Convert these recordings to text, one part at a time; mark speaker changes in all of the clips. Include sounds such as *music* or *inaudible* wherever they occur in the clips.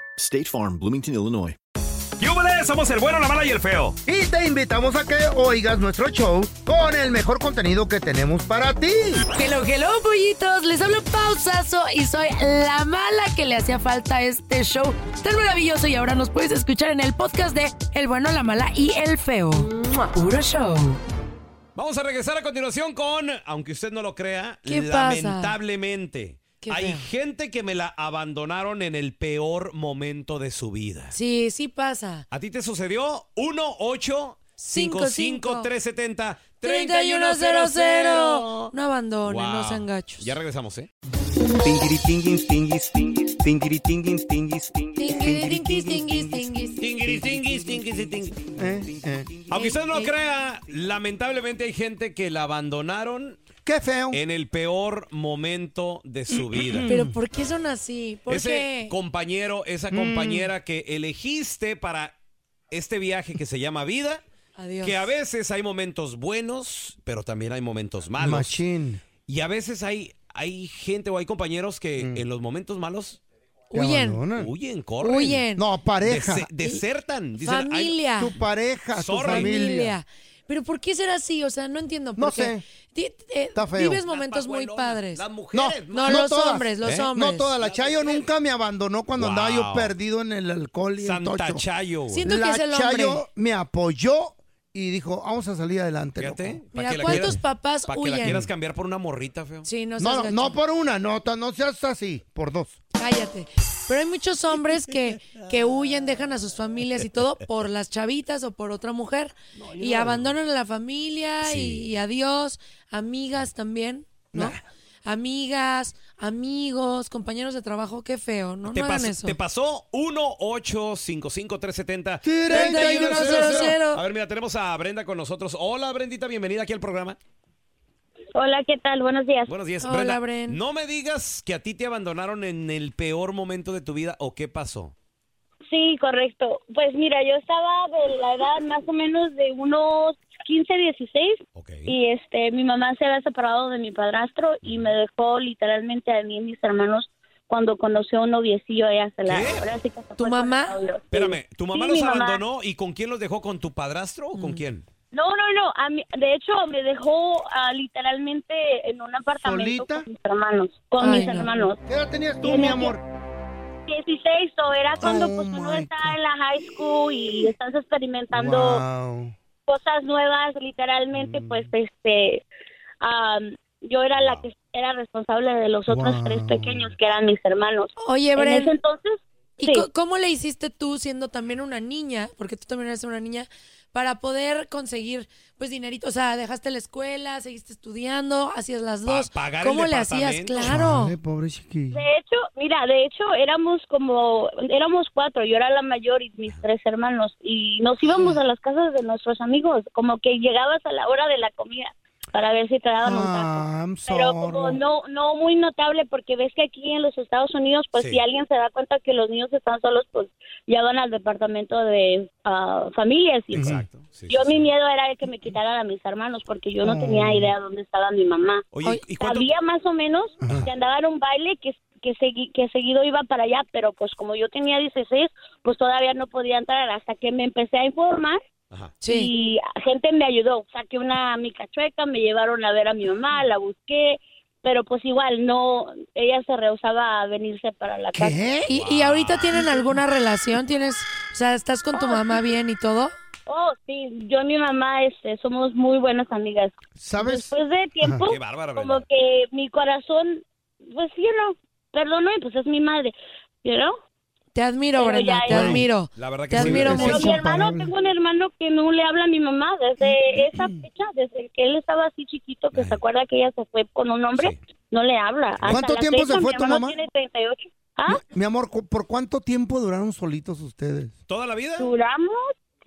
Speaker 1: State Farm, Bloomington, Illinois.
Speaker 2: ¡Yúbele! Somos el bueno, la mala y el feo.
Speaker 3: Y te invitamos a que oigas nuestro show con el mejor contenido que tenemos para ti.
Speaker 4: Hello, hello, pollitos. Les hablo pausazo y soy la mala que le hacía falta a este show tan maravilloso. Y ahora nos puedes escuchar en el podcast de El bueno, la mala y el feo. ¡Mua! Puro show.
Speaker 2: Vamos a regresar a continuación con, aunque usted no lo crea,
Speaker 4: ¿Qué pasa?
Speaker 2: lamentablemente.
Speaker 4: Qué
Speaker 2: Hay
Speaker 4: feo.
Speaker 2: gente que me la abandonaron en el peor momento de su vida.
Speaker 4: Sí, sí pasa.
Speaker 2: ¿A ti te sucedió? 1 8 55 370
Speaker 4: 3100. No abandone, no
Speaker 2: Wow.
Speaker 4: sean gachos.
Speaker 2: Ya regresamos, ¿eh?
Speaker 5: Tingiri tingis tingis tingis tingiri tingis tingis tingis
Speaker 4: Tinguiritinguis, tinguis, tinguis.
Speaker 6: Eh.
Speaker 2: Aunque usted no lo crea, lamentablemente hay gente que la abandonaron
Speaker 3: Qué feo.
Speaker 2: en el peor momento de su vida.
Speaker 4: Pero ¿por qué son así? ¿Por
Speaker 2: Ese
Speaker 4: qué? Mm.
Speaker 2: compañero, esa compañera que elegiste para este viaje que se llama vida,
Speaker 4: Adiós.
Speaker 2: que a veces hay momentos buenos, pero también hay momentos malos.
Speaker 3: Machín.
Speaker 2: Y a veces hay, hay gente o hay compañeros que en los momentos malos
Speaker 3: Te
Speaker 4: Huyen.
Speaker 3: Mm. abandonan.
Speaker 2: huyen, corren.
Speaker 4: Huyen.
Speaker 3: No, pareja.
Speaker 2: dese- desertan. Dicen, "Ah, "Ay,
Speaker 4: Familia.
Speaker 3: Tu pareja, tu
Speaker 2: Sorry.
Speaker 3: familia.
Speaker 4: familia. Pero ¿por qué será así? O sea, no entiendo.
Speaker 3: No
Speaker 4: porque
Speaker 3: sé.
Speaker 4: ti- eh,
Speaker 3: Está feo.
Speaker 2: las
Speaker 4: Vives momentos muy
Speaker 2: pajuelonas,
Speaker 4: padres.
Speaker 2: Las mujeres.
Speaker 4: No,
Speaker 3: No
Speaker 4: los
Speaker 3: todas,
Speaker 4: hombres, los
Speaker 2: ¿eh?
Speaker 4: hombres.
Speaker 3: No toda la Chayo nunca me abandonó cuando
Speaker 2: Wow.
Speaker 3: andaba yo perdido en el alcohol y el
Speaker 2: Santa
Speaker 3: tocho.
Speaker 2: Chayo. güey.
Speaker 4: Siento- que
Speaker 3: La
Speaker 4: es el hombre.
Speaker 3: Chayo me apoyó y dijo, vamos a salir adelante. loco".
Speaker 2: Fíjate. pa'
Speaker 4: Mira,
Speaker 2: que la
Speaker 4: ¿cuántos
Speaker 2: quieras-
Speaker 4: papás
Speaker 2: pa' que la
Speaker 4: huyen?
Speaker 2: quieras cambiar por una morrita, feo.
Speaker 4: Sí, no, seas
Speaker 3: No, no,
Speaker 4: gacho.
Speaker 3: no por una, no, ta- no seas así, por dos.
Speaker 4: Cállate. Pero hay muchos hombres que, que huyen, dejan a sus familias
Speaker 3: *laughs*
Speaker 4: y todo por las chavitas o por otra mujer y abandonan a la familia
Speaker 2: Sí.
Speaker 4: y, y adiós, amigas también, ¿no? Amigas, amigos, compañeros de trabajo, qué feo, ¿no?
Speaker 2: Te,
Speaker 4: no hagan
Speaker 2: pas-
Speaker 4: eso.
Speaker 2: te pasó 1-855-370.
Speaker 4: 3100.
Speaker 2: A ver, mira, tenemos a Brenda con nosotros. Hola, Brendita, bienvenida aquí al programa.
Speaker 7: Hola, ¿qué tal? Buenos días.
Speaker 2: Buenos días,
Speaker 4: Hola,
Speaker 2: Brenda.
Speaker 4: Bren.
Speaker 2: No me digas que a ti te abandonaron en el peor momento de tu vida o qué pasó.
Speaker 7: Sí, correcto. Pues mira, yo estaba de la edad más o menos de unos 15, 16
Speaker 2: Ok.
Speaker 7: y este mi mamá se había separado de mi padrastro y me dejó literalmente a mí y mis hermanos cuando conoció a un noviecillo ella se la
Speaker 2: ¿Qué?
Speaker 7: ahora sí que se fue
Speaker 4: ¿Tu
Speaker 7: con
Speaker 4: mamá?
Speaker 7: el novio. Sí.
Speaker 2: Espérame, ¿tu mamá
Speaker 7: Sí,
Speaker 2: los
Speaker 7: mi
Speaker 2: abandonó y con quién los dejó? ¿Con tu padrastro o
Speaker 4: Mm.
Speaker 2: con quién?
Speaker 7: No, no, no. A mí- de hecho, me dejó ah, literalmente en un apartamento
Speaker 3: ¿Solita?
Speaker 7: con mis hermanos. Con
Speaker 4: Ay,
Speaker 7: mis
Speaker 4: no.
Speaker 7: hermanos.
Speaker 3: ¿Qué edad tenías tú,
Speaker 7: Tiene
Speaker 3: mi
Speaker 7: que-
Speaker 3: amor?
Speaker 7: 16 o era cuando
Speaker 3: Oh,
Speaker 7: pues uno
Speaker 3: my
Speaker 7: está
Speaker 3: God.
Speaker 7: en la high school y estás experimentando
Speaker 3: Wow.
Speaker 7: cosas nuevas,
Speaker 3: Mm.
Speaker 7: literalmente, pues, este, am, yo era la que era responsable de los otros
Speaker 3: Wow.
Speaker 7: tres pequeños que eran mis hermanos.
Speaker 4: Oye,
Speaker 7: en ese
Speaker 4: Bren,
Speaker 7: entonces,
Speaker 4: ¿y
Speaker 7: sí.
Speaker 4: co- cómo le hiciste tú siendo también una niña, porque tú también eres una niña, para poder conseguir pues dinerito? O sea, dejaste la escuela, seguiste estudiando, hacías las
Speaker 2: Pa-
Speaker 4: dos.
Speaker 2: pagar el
Speaker 4: ¿Cómo le hacías?
Speaker 2: departamento.
Speaker 4: Claro.
Speaker 3: Chale, pobre chiquillo.
Speaker 7: de hecho, mira, de hecho éramos como, éramos cuatro, yo era la mayor y mis tres hermanos, y nos íbamos a las casas de nuestros amigos, como que llegabas a la hora de la comida. para ver si te daban un taco.
Speaker 3: Ah, I'm
Speaker 7: Pero como
Speaker 3: sorry.
Speaker 7: no, no muy notable porque ves que aquí en los Estados Unidos, pues
Speaker 2: Sí.
Speaker 7: si alguien se da cuenta que los niños están solos, pues ya van al departamento de ah, familias. Y
Speaker 2: Exacto. sí,
Speaker 7: Yo
Speaker 2: sí,
Speaker 7: mi
Speaker 2: sí. Oh.
Speaker 7: miedo era el que me quitaran a mis hermanos porque yo no tenía idea dónde estaba mi mamá.
Speaker 2: Oye, ¿y cuánto?
Speaker 7: Sabía más o menos que andaba en un baile que, que, segui- que seguido iba para allá, pero pues como yo tenía 16, pues todavía no podía entrar hasta que me empecé a informar
Speaker 2: Ajá.
Speaker 4: Sí.
Speaker 7: y gente me ayudó. Saqué una mica chueca, me llevaron a ver a mi mamá, la busqué, pero pues igual no, ella se rehusaba a venirse para la casa.
Speaker 3: ¿Qué?
Speaker 4: ¿Y, y ahorita tienen alguna relación? ¿Tienes, o sea, estás con tu mamá bien y todo?
Speaker 7: Oh, sí, yo y mi mamá este, somos muy buenas amigas.
Speaker 3: ¿Sabes?
Speaker 7: Después de tiempo,
Speaker 2: Qué bárbara,
Speaker 7: como
Speaker 2: Brenda.
Speaker 7: que mi corazón, pues sí, no, perdón, pues es mi madre, you know?
Speaker 4: Te admiro,
Speaker 7: Pero
Speaker 4: Brenda,
Speaker 7: ya
Speaker 4: te
Speaker 7: es-
Speaker 4: admiro.
Speaker 2: La verdad que
Speaker 4: Te
Speaker 2: sí,
Speaker 4: admiro
Speaker 2: Brenda.
Speaker 7: Pero
Speaker 4: mucho.
Speaker 7: mi hermano,
Speaker 3: incomparable.
Speaker 7: tengo un hermano que no le habla a mi mamá desde esa fecha, desde que él estaba así chiquito, que se acuerda que ella se fue con un hombre, no le habla. Hasta
Speaker 3: ¿Cuánto
Speaker 7: la
Speaker 3: tiempo
Speaker 7: fecha,
Speaker 3: se
Speaker 7: mi
Speaker 3: fue tu
Speaker 7: hermano
Speaker 3: mamá?
Speaker 7: Tiene 38. Ah,
Speaker 3: Mi- Mi amor, ¿cu- ¿por cuánto tiempo duraron solitos ustedes?
Speaker 2: ¿Toda la vida?
Speaker 7: duramos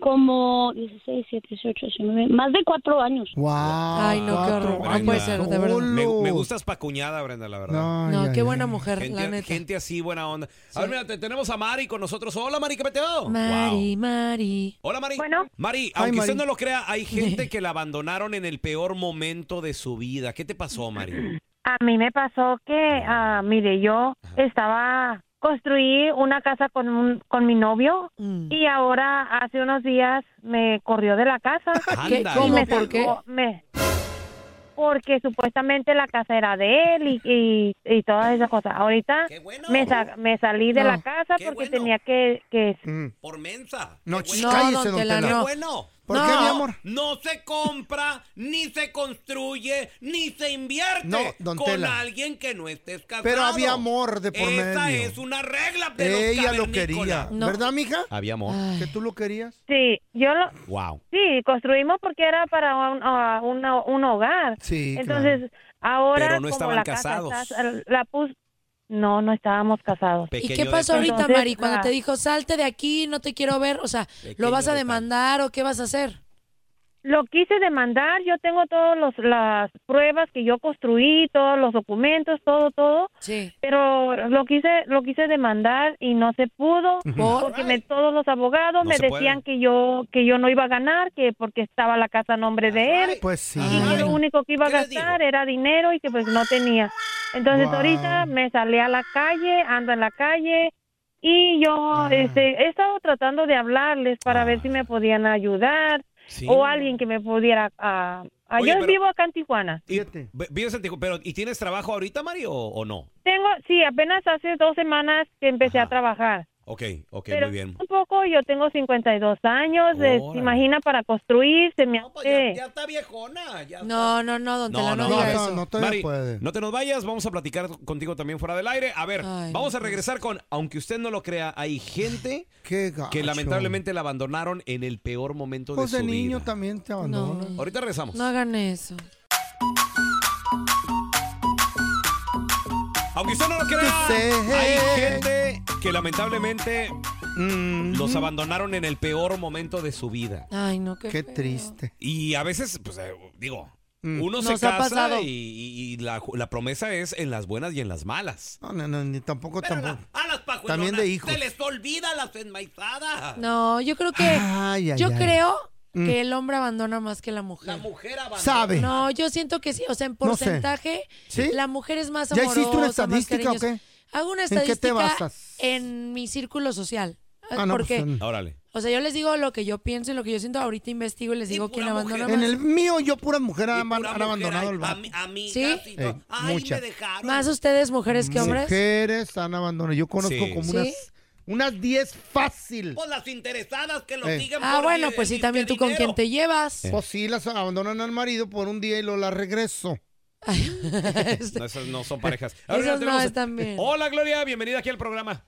Speaker 7: como 16, 17, 18, 19, más de cuatro años.
Speaker 3: Wow.
Speaker 4: Ay, no, qué horror. Ah, pues,
Speaker 2: No puede ser,
Speaker 4: de verdad.
Speaker 2: Me, me gustas pa' cuñada, Brenda, la verdad.
Speaker 4: No, qué buena mujer, la
Speaker 2: Gente,
Speaker 4: neta.
Speaker 2: gente así, buena onda. A ver, mira, te- tenemos a Mari con nosotros. Hola, Mari, ¿qué peteo?
Speaker 4: Mari, Mari.
Speaker 2: Oh, Hola, Mari.
Speaker 7: Bueno.
Speaker 2: Mari, aunque usted
Speaker 3: Mari.
Speaker 2: no lo crea,
Speaker 3: *laughs*
Speaker 2: hay gente que la abandonaron en el peor momento de su vida. ¿Qué te pasó, Mari?
Speaker 8: A mí me pasó que, ah, mire, yo estaba construí una casa con un- con mi novio
Speaker 4: Mm.
Speaker 8: y ahora hace unos días me corrió de la
Speaker 3: *laughs*
Speaker 8: casa.
Speaker 4: ¿Qué?
Speaker 2: Ándale.
Speaker 4: ¿Cómo?
Speaker 8: me
Speaker 4: ¿Por qué?
Speaker 8: sacó- me- porque supuestamente la casa era de él y, y, y todas esas cosas. Ahorita
Speaker 2: Qué bueno.
Speaker 8: me, sa- me salí de
Speaker 4: No.
Speaker 8: la casa
Speaker 2: Qué
Speaker 8: porque
Speaker 2: bueno.
Speaker 8: tenía que, que
Speaker 3: Mm.
Speaker 2: Por mensa.
Speaker 3: No,
Speaker 2: Qué
Speaker 3: chis,
Speaker 4: No,
Speaker 3: cállese,
Speaker 4: don
Speaker 3: don
Speaker 4: Tela,
Speaker 3: Tela.
Speaker 4: no.
Speaker 2: Qué bueno.
Speaker 3: ¿Por
Speaker 4: No.
Speaker 3: qué, mi amor?
Speaker 2: No se compra, ni se construye, ni se invierte
Speaker 3: No, don
Speaker 2: con
Speaker 3: Tela.
Speaker 2: alguien que no estés casado.
Speaker 3: Pero había amor de por
Speaker 2: Esa
Speaker 3: medio.
Speaker 2: es una regla, pero
Speaker 3: Ella lo quería.
Speaker 4: No. Ah.
Speaker 3: ¿Verdad, mija?
Speaker 2: Había amor.
Speaker 3: ¿Que tú lo querías?
Speaker 8: sí, yo lo,
Speaker 2: Wow.
Speaker 8: sí construimos porque era para un, a una- un hogar.
Speaker 3: Sí,
Speaker 8: Entonces, ahora
Speaker 2: Pero no
Speaker 8: como
Speaker 2: estaban
Speaker 8: la casa
Speaker 2: casados.
Speaker 8: está- la pus- no, no estábamos casados.
Speaker 4: ¿Y qué pasó
Speaker 8: detalle.
Speaker 4: ahorita, Mari?
Speaker 8: Entonces, ah.
Speaker 4: Cuando
Speaker 8: la-
Speaker 4: te dijo, salte de aquí, no te quiero ver, o sea, ¿lo
Speaker 2: Pequeño
Speaker 4: vas a
Speaker 2: detalle.
Speaker 4: demandar o qué vas a hacer?
Speaker 8: Lo quise demandar, yo tengo todas las pruebas que yo construí, todos los documentos, todo, todo,
Speaker 4: Sí.
Speaker 8: pero lo quise, lo quise demandar y no se pudo
Speaker 4: Por-
Speaker 8: porque me- todos los abogados
Speaker 2: No
Speaker 8: me
Speaker 2: se
Speaker 8: decían
Speaker 2: puede.
Speaker 8: que yo que yo no iba a ganar, que porque estaba la casa a nombre de él
Speaker 3: Pues sí.
Speaker 8: y que lo único que iba a
Speaker 2: ¿Qué les digo?
Speaker 8: gastar era dinero y que pues no tenía. Entonces
Speaker 3: Wow.
Speaker 8: ahorita me salí a la calle, ando en la calle y yo este, he estado tratando de hablarles para ver si me podían ayudar
Speaker 2: Sí.
Speaker 8: o alguien que me pudiera... ah, ah,
Speaker 2: Oye,
Speaker 8: yo
Speaker 2: pero-
Speaker 8: vivo acá en Tijuana.
Speaker 2: Y-
Speaker 3: Fíjate.
Speaker 2: ve- vives en Tijuana, pero ¿y tienes trabajo ahorita, Mari, o, o no?
Speaker 8: Tengo, sí, apenas hace dos semanas que empecé
Speaker 2: Ajá.
Speaker 8: a trabajar.
Speaker 2: Ok, ok,
Speaker 8: pero
Speaker 2: muy bien.
Speaker 8: un poco, yo tengo 52 años, eh,
Speaker 2: Órale.
Speaker 8: se imagina para construir, se me
Speaker 2: No, pues
Speaker 8: hace-
Speaker 2: ya, ya está viejona. Ya
Speaker 4: No, no, no, don
Speaker 2: No,
Speaker 4: Tela, no,
Speaker 2: no,
Speaker 4: diga
Speaker 2: no,
Speaker 4: eso.
Speaker 3: no, no. todavía puede.
Speaker 2: no te nos vayas, vamos a platicar contigo también fuera del aire. A ver,
Speaker 4: Ay,
Speaker 2: vamos
Speaker 4: no
Speaker 2: a regresar con, aunque usted no lo crea, hay gente
Speaker 3: Qué gacho.
Speaker 2: que lamentablemente la abandonaron en el peor momento
Speaker 3: Ah, Pues
Speaker 2: de
Speaker 3: de
Speaker 2: su
Speaker 3: niño
Speaker 2: vida.
Speaker 3: también te abandona.
Speaker 4: No.
Speaker 2: Ahorita regresamos.
Speaker 4: No hagan eso.
Speaker 2: Aunque usted no lo crea,
Speaker 3: Tú sé.
Speaker 2: hay gente que lamentablemente los abandonaron en el peor momento de su vida.
Speaker 4: Ay, no, Ah, qué,
Speaker 3: Qué
Speaker 4: feo.
Speaker 3: triste.
Speaker 2: Y a veces, pues, eh, digo,
Speaker 3: Mm.
Speaker 2: uno
Speaker 4: Nos
Speaker 2: se
Speaker 4: ha
Speaker 2: casa
Speaker 4: pasado.
Speaker 2: y, y- y la, la promesa es en las buenas y en las malas.
Speaker 3: No, no, no, ni tampoco,
Speaker 2: Pero
Speaker 3: tampoco.
Speaker 2: la- a las pajuelonas
Speaker 3: También de hijos.
Speaker 2: Se les olvida las enmaizadas.
Speaker 4: No, yo creo que,
Speaker 3: Ay, ay,
Speaker 4: yo
Speaker 3: ay.
Speaker 4: creo que el hombre abandona más que la mujer.
Speaker 2: La mujer abandona.
Speaker 3: Sabe.
Speaker 4: No, yo siento que sí. O sea, en
Speaker 3: No sé.
Speaker 4: porcentaje,
Speaker 3: ¿Sí?
Speaker 4: la mujer es más
Speaker 3: ¿Ya
Speaker 4: amorosa.
Speaker 3: hiciste una
Speaker 4: más
Speaker 3: estadística o
Speaker 4: cariñosa.
Speaker 3: qué?
Speaker 4: Hago una
Speaker 3: ¿En qué te
Speaker 4: estadística ¿En,
Speaker 3: basas?
Speaker 4: mi círculo social.
Speaker 3: Ah, no,
Speaker 4: porque,
Speaker 3: pues,
Speaker 2: Órale.
Speaker 4: o sea, yo les digo lo que yo pienso y lo que yo siento. Ahorita investigo y les digo quién
Speaker 2: pura
Speaker 4: abandona
Speaker 3: en
Speaker 4: más.
Speaker 3: el mío, yo puras mujeres han,
Speaker 2: Y pura
Speaker 3: han
Speaker 2: mujer,
Speaker 3: abandonado
Speaker 2: ay,
Speaker 3: el barco.
Speaker 2: ami- amigas
Speaker 4: ¿Sí?
Speaker 2: y todo.
Speaker 3: Ey,
Speaker 2: Ay,
Speaker 3: muchas.
Speaker 2: me dejaron.
Speaker 4: Más ustedes, mujeres, que hombres.
Speaker 3: Mujeres han abandonado. Yo conozco
Speaker 2: Sí.
Speaker 3: como
Speaker 4: ¿Sí?
Speaker 3: unas unas 10 fácil.
Speaker 2: Pues las interesadas que lo
Speaker 3: Ey.
Speaker 2: digan
Speaker 4: Ah,
Speaker 2: por
Speaker 4: bueno,
Speaker 2: di-
Speaker 4: pues sí,
Speaker 2: di-
Speaker 4: también
Speaker 2: que
Speaker 4: tú con
Speaker 2: dinero.
Speaker 4: quien te
Speaker 2: Eh.
Speaker 4: llevas.
Speaker 3: Pues sí, las abandonan al marido por un día y lo la regreso.
Speaker 4: *laughs*
Speaker 2: No, esas no son parejas.
Speaker 4: Esas no
Speaker 2: tenemos-
Speaker 4: están bien.
Speaker 2: Hola, Gloria, bienvenida aquí al programa.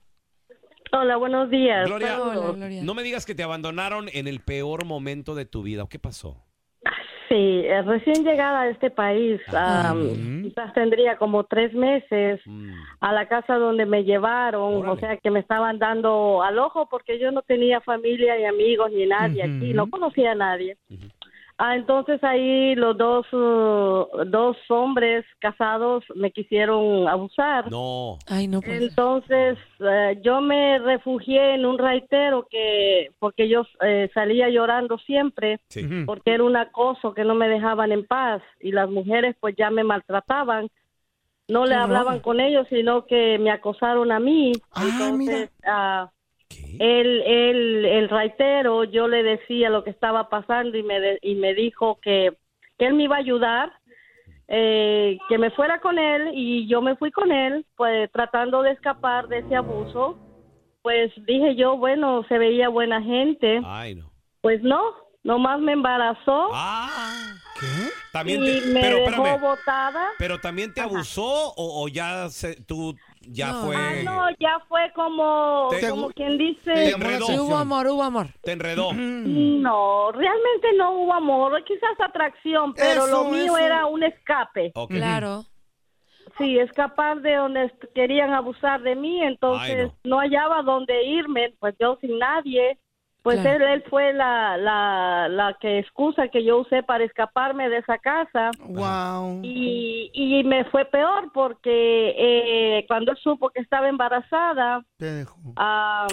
Speaker 8: Hola, buenos días.
Speaker 2: Gloria,
Speaker 4: Hola, Gloria.
Speaker 2: no me digas que te abandonaron en el peor momento de tu vida. ¿Qué pasó?
Speaker 8: Sí, eh, recién llegada a este país, am, quizás tendría como tres meses
Speaker 2: Mm.
Speaker 8: a la casa donde me llevaron,
Speaker 2: Órale.
Speaker 8: o sea que me estaban dando al ojo porque yo no tenía familia ni amigos ni nadie aquí, no conocía a nadie.
Speaker 9: Ah, entonces ahí los dos, uh, dos hombres casados me quisieron abusar.
Speaker 2: No.
Speaker 4: Ay, no pues. puede ser.
Speaker 9: Entonces eh, yo me refugié en un raitero que, porque yo eh, salía llorando siempre,
Speaker 2: Sí.
Speaker 9: porque era un acoso que no me dejaban en paz y las mujeres pues ya me maltrataban. No
Speaker 4: Qué
Speaker 9: le
Speaker 4: horror.
Speaker 9: hablaban con ellos, sino que me acosaron a mí.
Speaker 3: Ah, mira.
Speaker 9: Entonces, ah, el, el, el raitero, yo le decía lo que estaba pasando y me, de- y me dijo que, que él me iba a ayudar, eh, que me fuera con él y yo me fui con él, pues tratando de escapar de ese abuso. Pues dije yo, bueno, se veía buena gente.
Speaker 2: Ay, no.
Speaker 9: Pues no, nomás me embarazó
Speaker 2: Ah.
Speaker 3: ¿Qué?
Speaker 2: También
Speaker 9: y
Speaker 2: te,
Speaker 9: me
Speaker 2: pero
Speaker 9: dejó
Speaker 2: espérame,
Speaker 9: botada.
Speaker 2: pero también te abusó o, o ya se- tú ya
Speaker 4: No.
Speaker 2: fue
Speaker 9: Ah, no, ya fue como,
Speaker 2: Te-
Speaker 9: como
Speaker 2: te-
Speaker 9: quien
Speaker 2: te
Speaker 9: dice,
Speaker 2: enredó,
Speaker 4: Sí, hubo amor, hubo amor.
Speaker 2: te enredó.
Speaker 9: No, realmente no hubo amor, quizás atracción, pero
Speaker 3: Eso,
Speaker 9: lo
Speaker 3: eso.
Speaker 9: mío era un escape.
Speaker 2: Ok.
Speaker 4: Claro.
Speaker 9: Sí, escapar de donde est- querían abusar de mí, entonces
Speaker 2: Ay,
Speaker 9: no. hallaba dónde irme, pues yo sin nadie. Pues
Speaker 4: Claro.
Speaker 9: él, él fue la, la, la que excusa que yo usé para escaparme de esa casa.
Speaker 3: Wow.
Speaker 9: Y, y me fue peor porque eh, cuando él supo que estaba embarazada,
Speaker 3: Te dejo.
Speaker 9: ah,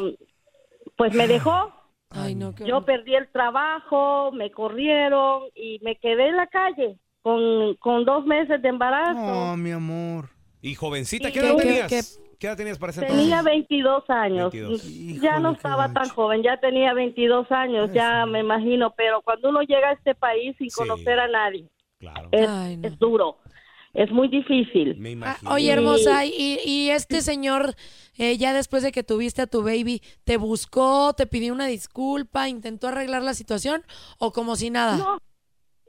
Speaker 9: pues me dejó.
Speaker 4: Ay, no, qué
Speaker 9: Yo
Speaker 4: horror.
Speaker 9: perdí el trabajo, me corrieron y me quedé en la calle con, con dos meses de
Speaker 3: Oh,
Speaker 9: embarazo.
Speaker 3: mi amor.
Speaker 2: Y jovencita,
Speaker 9: Y
Speaker 2: ¿qué edad
Speaker 9: qué-
Speaker 2: tenías?
Speaker 4: qué-
Speaker 2: ¿Qué edad tenías para ese entonces?
Speaker 9: Tenía 22 años.
Speaker 2: 22.
Speaker 9: Ya
Speaker 3: Híjole,
Speaker 9: no
Speaker 3: qué
Speaker 9: estaba tan
Speaker 3: gacho.
Speaker 9: joven, ya tenía 22 años, ya me imagino, pero cuando uno llega a este país sin
Speaker 2: Sí.
Speaker 9: conocer a nadie,
Speaker 2: Claro.
Speaker 9: es,
Speaker 4: Ay, no.
Speaker 9: es duro, es muy difícil.
Speaker 2: Me
Speaker 4: Ah,
Speaker 2: imagino.
Speaker 4: oye, hermosa, y, y este señor, eh, ya después de que tuviste a tu baby, ¿te buscó, te pidió una disculpa, intentó arreglar la situación o como si nada?
Speaker 9: No,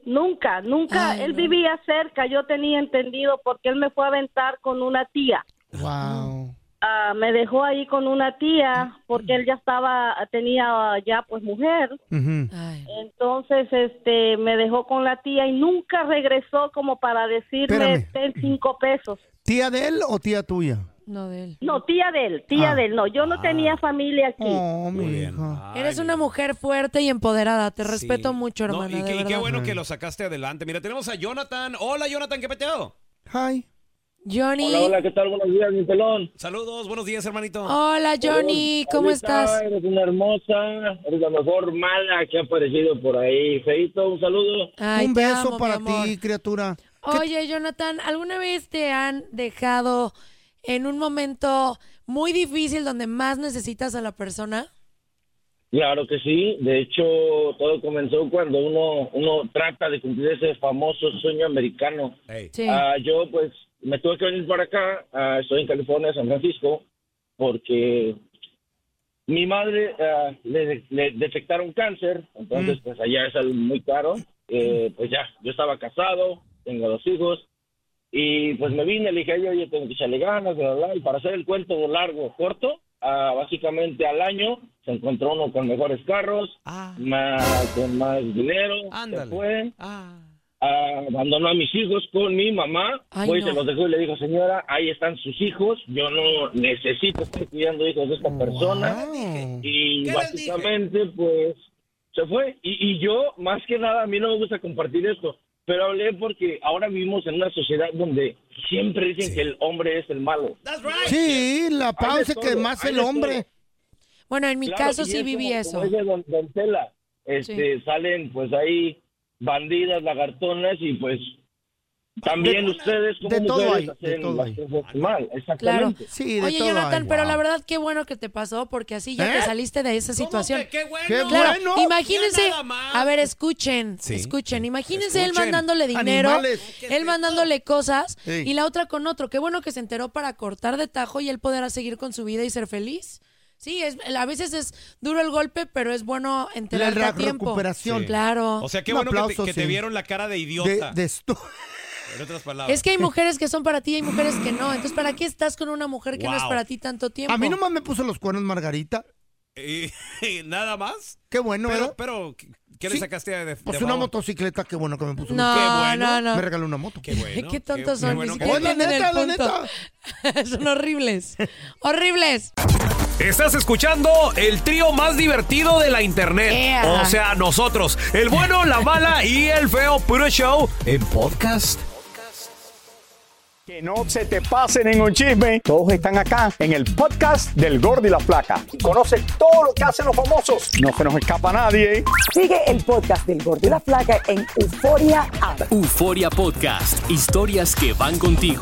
Speaker 9: nunca, nunca,
Speaker 4: Ay,
Speaker 9: él
Speaker 4: no.
Speaker 9: vivía cerca, yo tenía entendido porque él me fue a aventar con una tía.
Speaker 3: Wow.
Speaker 9: Ah, me dejó ahí con una tía porque él ya estaba tenía ya pues mujer
Speaker 3: Ujú.
Speaker 4: Ay,
Speaker 9: entonces este me dejó con la tía y nunca regresó como para decirme
Speaker 3: Espérame.
Speaker 9: ten cinco pesos
Speaker 3: ¿Tía de él o tía tuya?
Speaker 4: no de él.
Speaker 9: no tía de él tía
Speaker 3: Ah.
Speaker 9: de él no yo no tenía familia aquí
Speaker 3: Oh, mi
Speaker 2: Muy bien.
Speaker 3: hija.
Speaker 2: Ay,
Speaker 4: Eres
Speaker 2: no.
Speaker 4: una mujer fuerte y empoderada. Te
Speaker 2: Sí.
Speaker 4: respeto mucho,
Speaker 2: No,
Speaker 4: hermana.
Speaker 2: y,
Speaker 4: de
Speaker 2: qué- y qué
Speaker 4: verdad. Mm.
Speaker 2: bueno que lo sacaste adelante. Mira, tenemos a Jonathan. Hola, Jonathan, ¿qué peteado?
Speaker 3: Hi.
Speaker 4: Johnny.
Speaker 10: Hola, hola, ¿qué tal? Buenos días, mi pelón.
Speaker 2: Saludos, buenos días, hermanito.
Speaker 4: Hola, Johnny. ¿Cómo
Speaker 10: Ahorita
Speaker 4: estás?
Speaker 10: Eres una hermosa, eres la mejor mala que ha aparecido por ahí. Feito, un saludo.
Speaker 4: Ay,
Speaker 3: Un
Speaker 4: te
Speaker 3: beso
Speaker 4: amo,
Speaker 3: para
Speaker 4: mi amor.
Speaker 3: ti, criatura.
Speaker 4: Oye, Jonathan, ¿alguna vez te han dejado en un momento muy difícil donde más necesitas a la persona?
Speaker 10: Claro que sí. De hecho, todo comenzó cuando uno, uno trata de cumplir ese famoso sueño americano.
Speaker 2: Hey.
Speaker 4: Sí.
Speaker 10: Ah, yo, pues, me tuve que venir para acá. Ah, estoy en California, San Francisco, porque mi madre ah, le, le detectaron cáncer.
Speaker 2: Mm.
Speaker 10: Entonces, pues, allá es algo muy caro. Eh, pues ya, yo estaba casado, tengo dos hijos. Y pues me vine, le dije, a ella, oye, tengo que echarle ganas, bla, bla, bla. Y para hacer el cuento largo, corto, ah, básicamente al año se encontró uno con mejores carros,
Speaker 2: Ah,
Speaker 10: más, con más dinero. se
Speaker 2: Ándale.
Speaker 10: fue.
Speaker 2: ah.
Speaker 10: Ah, abandonó a mis hijos con mi mamá.
Speaker 4: Ay,
Speaker 10: Fue y
Speaker 4: no.
Speaker 10: se los dejó y le dijo, señora, ahí están sus hijos. Yo no necesito estar cuidando hijos de esta persona.
Speaker 3: Wow.
Speaker 10: Y
Speaker 2: ¿Qué les dije?
Speaker 10: básicamente, pues, se fue. Y, y yo, más que nada, a mí no me gusta compartir esto. Pero hablé porque ahora vivimos en una sociedad donde siempre dicen que el hombre es el malo.
Speaker 2: That's right.
Speaker 3: Sí, la
Speaker 10: Hay de
Speaker 3: pausa que
Speaker 10: todo,
Speaker 3: más
Speaker 10: hay
Speaker 3: el
Speaker 10: de todo.
Speaker 3: hombre.
Speaker 4: Este, Bueno, en mi
Speaker 10: Claro,
Speaker 4: caso
Speaker 10: y
Speaker 4: sí
Speaker 10: es
Speaker 4: viví
Speaker 10: como-
Speaker 4: eso.
Speaker 10: como dice don, don Tela, este, salen pues ahí bandidas, lagartonas y pues también ustedes como
Speaker 3: de todo
Speaker 10: mujeres
Speaker 3: hay, de
Speaker 10: hacen
Speaker 3: todo
Speaker 10: las
Speaker 3: hay.
Speaker 10: cosas mal,
Speaker 4: Claro.
Speaker 10: exactamente.
Speaker 3: Sí, de
Speaker 4: Oye,
Speaker 3: todo hay.
Speaker 4: Jonathan, pero la verdad qué bueno que te pasó porque así ya
Speaker 3: ¿Eh?
Speaker 4: te saliste de esa situación.
Speaker 2: ¿Cómo que qué bueno?
Speaker 3: Qué
Speaker 4: Claro,
Speaker 3: bueno.
Speaker 4: imagínense,
Speaker 2: Ya nada más.
Speaker 4: a ver, escuchen,
Speaker 2: Sí.
Speaker 4: escuchen, imagínense él
Speaker 2: Escuchen.
Speaker 4: mandándole dinero,
Speaker 3: Animales.
Speaker 4: él mandándole cosas
Speaker 3: Sí.
Speaker 4: y la otra con otro. Qué bueno que se enteró para cortar de tajo y él podrá seguir con su vida y ser feliz. Sí, es, a veces es duro el golpe, pero es bueno
Speaker 3: La
Speaker 4: enterarte
Speaker 3: re-
Speaker 4: a tiempo.
Speaker 3: recuperación.
Speaker 2: Sí.
Speaker 4: Claro.
Speaker 2: O sea, qué
Speaker 3: Un
Speaker 2: bueno que,
Speaker 3: aplauso,
Speaker 2: te, que te
Speaker 3: sí.
Speaker 2: vieron la cara de
Speaker 3: De,
Speaker 2: idiota.
Speaker 3: de esto.
Speaker 2: En otras *laughs* palabras.
Speaker 4: Es que hay mujeres que son para ti y hay mujeres que no. Entonces, ¿para qué estás con una mujer que no es
Speaker 2: Wow.
Speaker 4: para ti tanto tiempo?
Speaker 3: A mí nomás me puso los cuernos Margarita.
Speaker 2: Y- y nada más.
Speaker 3: Qué bueno,
Speaker 2: pero,
Speaker 3: ¿verdad?
Speaker 2: pero, ¿qué- ¿qué le
Speaker 3: Sí.
Speaker 2: sacaste de, de
Speaker 3: Pues
Speaker 2: favor?
Speaker 3: una motocicleta, qué bueno que me puso.
Speaker 4: No,
Speaker 2: Qué bueno.
Speaker 4: no, no.
Speaker 3: Me regaló una moto. Pues
Speaker 2: Qué bueno.
Speaker 4: *laughs* qué tontos
Speaker 2: qué
Speaker 4: son,
Speaker 2: bueno
Speaker 4: ni
Speaker 2: que
Speaker 4: siquiera
Speaker 3: te-
Speaker 4: entienden *laughs*
Speaker 3: Oye, la
Speaker 4: el
Speaker 3: neta, la
Speaker 2: *laughs*
Speaker 4: punto. son horribles. horribles.
Speaker 2: Estás escuchando el trío más divertido de la internet.
Speaker 4: Ea.
Speaker 2: O sea, nosotros, el bueno, la mala y el feo puro show en podcast.
Speaker 11: Que no se te pase ningún chisme. Todos están acá en el podcast del Gordi y la Flaca. Y conoce todo lo que hacen los famosos. No se nos escapa nadie.
Speaker 12: Sigue el podcast del Gordo y la Flaca en Euforia App.
Speaker 13: Euforia Podcast, historias que van contigo.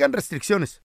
Speaker 3: restricciones.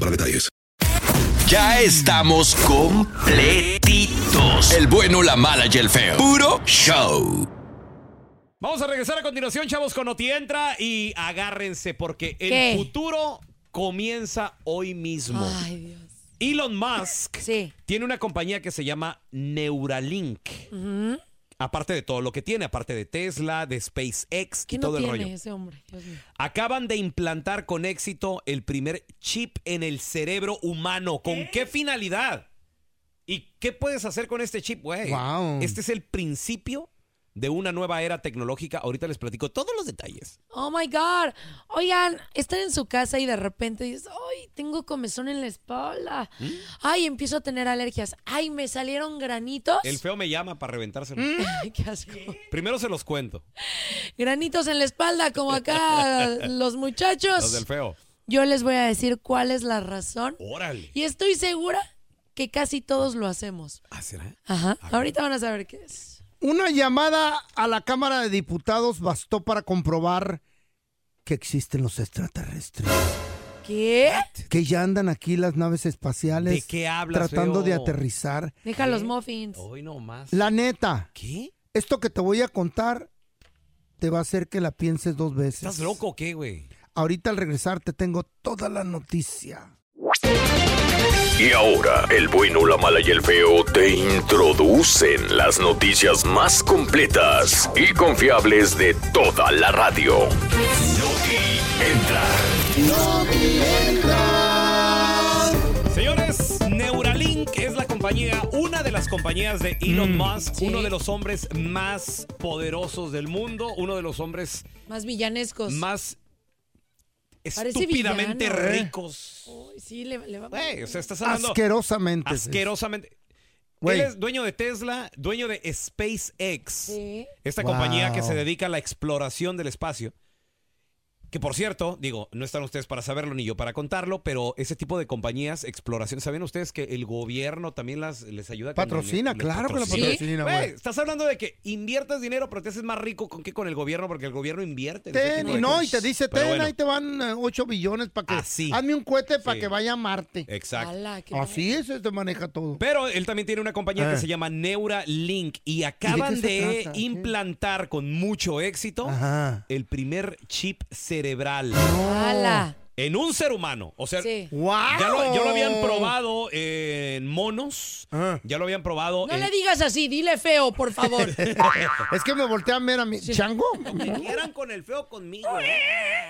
Speaker 14: para detalles.
Speaker 15: Ya estamos completitos. El bueno, la mala y el feo. Puro show.
Speaker 2: Vamos a regresar a continuación, chavos, con Noti Entra y agárrense porque el
Speaker 16: ¿Qué?
Speaker 2: futuro comienza hoy mismo.
Speaker 16: Ay, Dios.
Speaker 2: Elon Musk tiene una compañía que se llama Neuralink.
Speaker 16: Ujú.
Speaker 2: Aparte de todo lo que tiene, aparte de Tesla, de SpaceX y
Speaker 16: ¿Qué no
Speaker 2: todo el
Speaker 16: tiene
Speaker 2: rollo.
Speaker 16: ese hombre? Dios mío.
Speaker 2: Acaban de implantar con éxito el primer chip en el cerebro humano. ¿Con qué, finalidad? ¿Y qué puedes hacer con este chip, güey?
Speaker 3: Wow.
Speaker 2: Este es el principio de una nueva era tecnológica. Ahorita les platico todos los detalles.
Speaker 4: Oh my God. Oigan, están en su casa y de repente dices, ay, tengo comezón en la espalda.
Speaker 2: ¿Mm?
Speaker 4: Ay, empiezo a tener alergias. Ay, me salieron granitos.
Speaker 2: El feo me llama para reventárselo.
Speaker 4: *laughs* Ay, qué asco.
Speaker 2: Primero se los cuento.
Speaker 4: Granitos en la espalda,
Speaker 2: *laughs*
Speaker 4: como acá los muchachos.
Speaker 2: Los del feo.
Speaker 4: Yo les voy a decir cuál es la razón.
Speaker 2: Órale.
Speaker 4: Y estoy segura que casi todos lo hacemos.
Speaker 2: ¿Ah, será?
Speaker 4: Ajá. Ahorita van a saber qué es.
Speaker 3: Una llamada a la Cámara de Diputados bastó para comprobar que existen los extraterrestres.
Speaker 4: ¿Qué?
Speaker 3: Que ya andan aquí las naves espaciales.
Speaker 2: ¿De qué hablas, feo?
Speaker 3: Tratando de aterrizar.
Speaker 4: Deja los muffins.
Speaker 2: ¿Eh? Hoy nomás.
Speaker 3: La neta.
Speaker 2: ¿Qué?
Speaker 3: Esto que te voy a contar te va a hacer que la pienses dos veces.
Speaker 2: ¿Estás loco o qué, güey?
Speaker 3: Ahorita al regresar te tengo toda la noticia.
Speaker 17: Y ahora, el bueno, la mala y el feo te introducen las noticias más completas y confiables de toda la radio.
Speaker 2: Señores, Neuralink es la compañía, una de las compañías de
Speaker 4: Mm,
Speaker 2: Elon Musk, uno de los hombres más poderosos del mundo, uno de los hombres
Speaker 4: Más villanescos.
Speaker 2: más
Speaker 4: Pues Parece
Speaker 2: estúpidamente
Speaker 4: villano. ¿eh?
Speaker 2: ricos.
Speaker 4: Uy, sí, le, le va
Speaker 2: Güey, o sea, estás hablando
Speaker 3: Asquerosamente.
Speaker 2: asquerosamente.
Speaker 3: Güey.
Speaker 2: Él es dueño de Tesla, dueño de SpaceX, esta
Speaker 3: Wow.
Speaker 2: compañía que se dedica a la exploración del espacio. Que por cierto, digo, no están ustedes para saberlo ni yo para contarlo, pero ese tipo de compañías, exploración, ¿saben ustedes que el gobierno también las les ayuda? con-
Speaker 3: Patrocina,
Speaker 2: les
Speaker 3: claro que la patrocina,
Speaker 2: Güey,
Speaker 3: güey.
Speaker 2: Estás hablando de que inviertas dinero, pero te haces más rico con que con el gobierno, porque el gobierno invierte. en ese
Speaker 3: Ten,
Speaker 2: tipo
Speaker 3: y
Speaker 2: de
Speaker 3: no,
Speaker 2: cosas.
Speaker 3: y te dice,
Speaker 2: Pero
Speaker 3: ten,
Speaker 2: bueno, Ah,
Speaker 3: ahí te van 8 billones para que... Hazme un cohete para
Speaker 2: Sí.
Speaker 3: que vaya a Marte.
Speaker 2: Exacto.
Speaker 3: Así es, te maneja todo.
Speaker 2: Pero él también tiene una compañía
Speaker 3: Eh.
Speaker 2: que se llama Neuralink y acaban
Speaker 3: se
Speaker 2: de,
Speaker 3: trata? ¿Qué?
Speaker 2: implantar con mucho éxito el primer chip cerebral.
Speaker 3: ¡Hala!
Speaker 2: en un ser humano. O sea,
Speaker 4: Sí.
Speaker 2: ya, lo, ya lo habían probado en monos,
Speaker 3: Ah.
Speaker 2: ya lo habían probado
Speaker 4: No
Speaker 2: en...
Speaker 4: le digas así, dile feo, por
Speaker 2: *laughs*
Speaker 4: favor.
Speaker 3: *laughs* Es que me voltean a ver a mi chango.
Speaker 2: quieran con el feo conmigo.
Speaker 3: Ajá,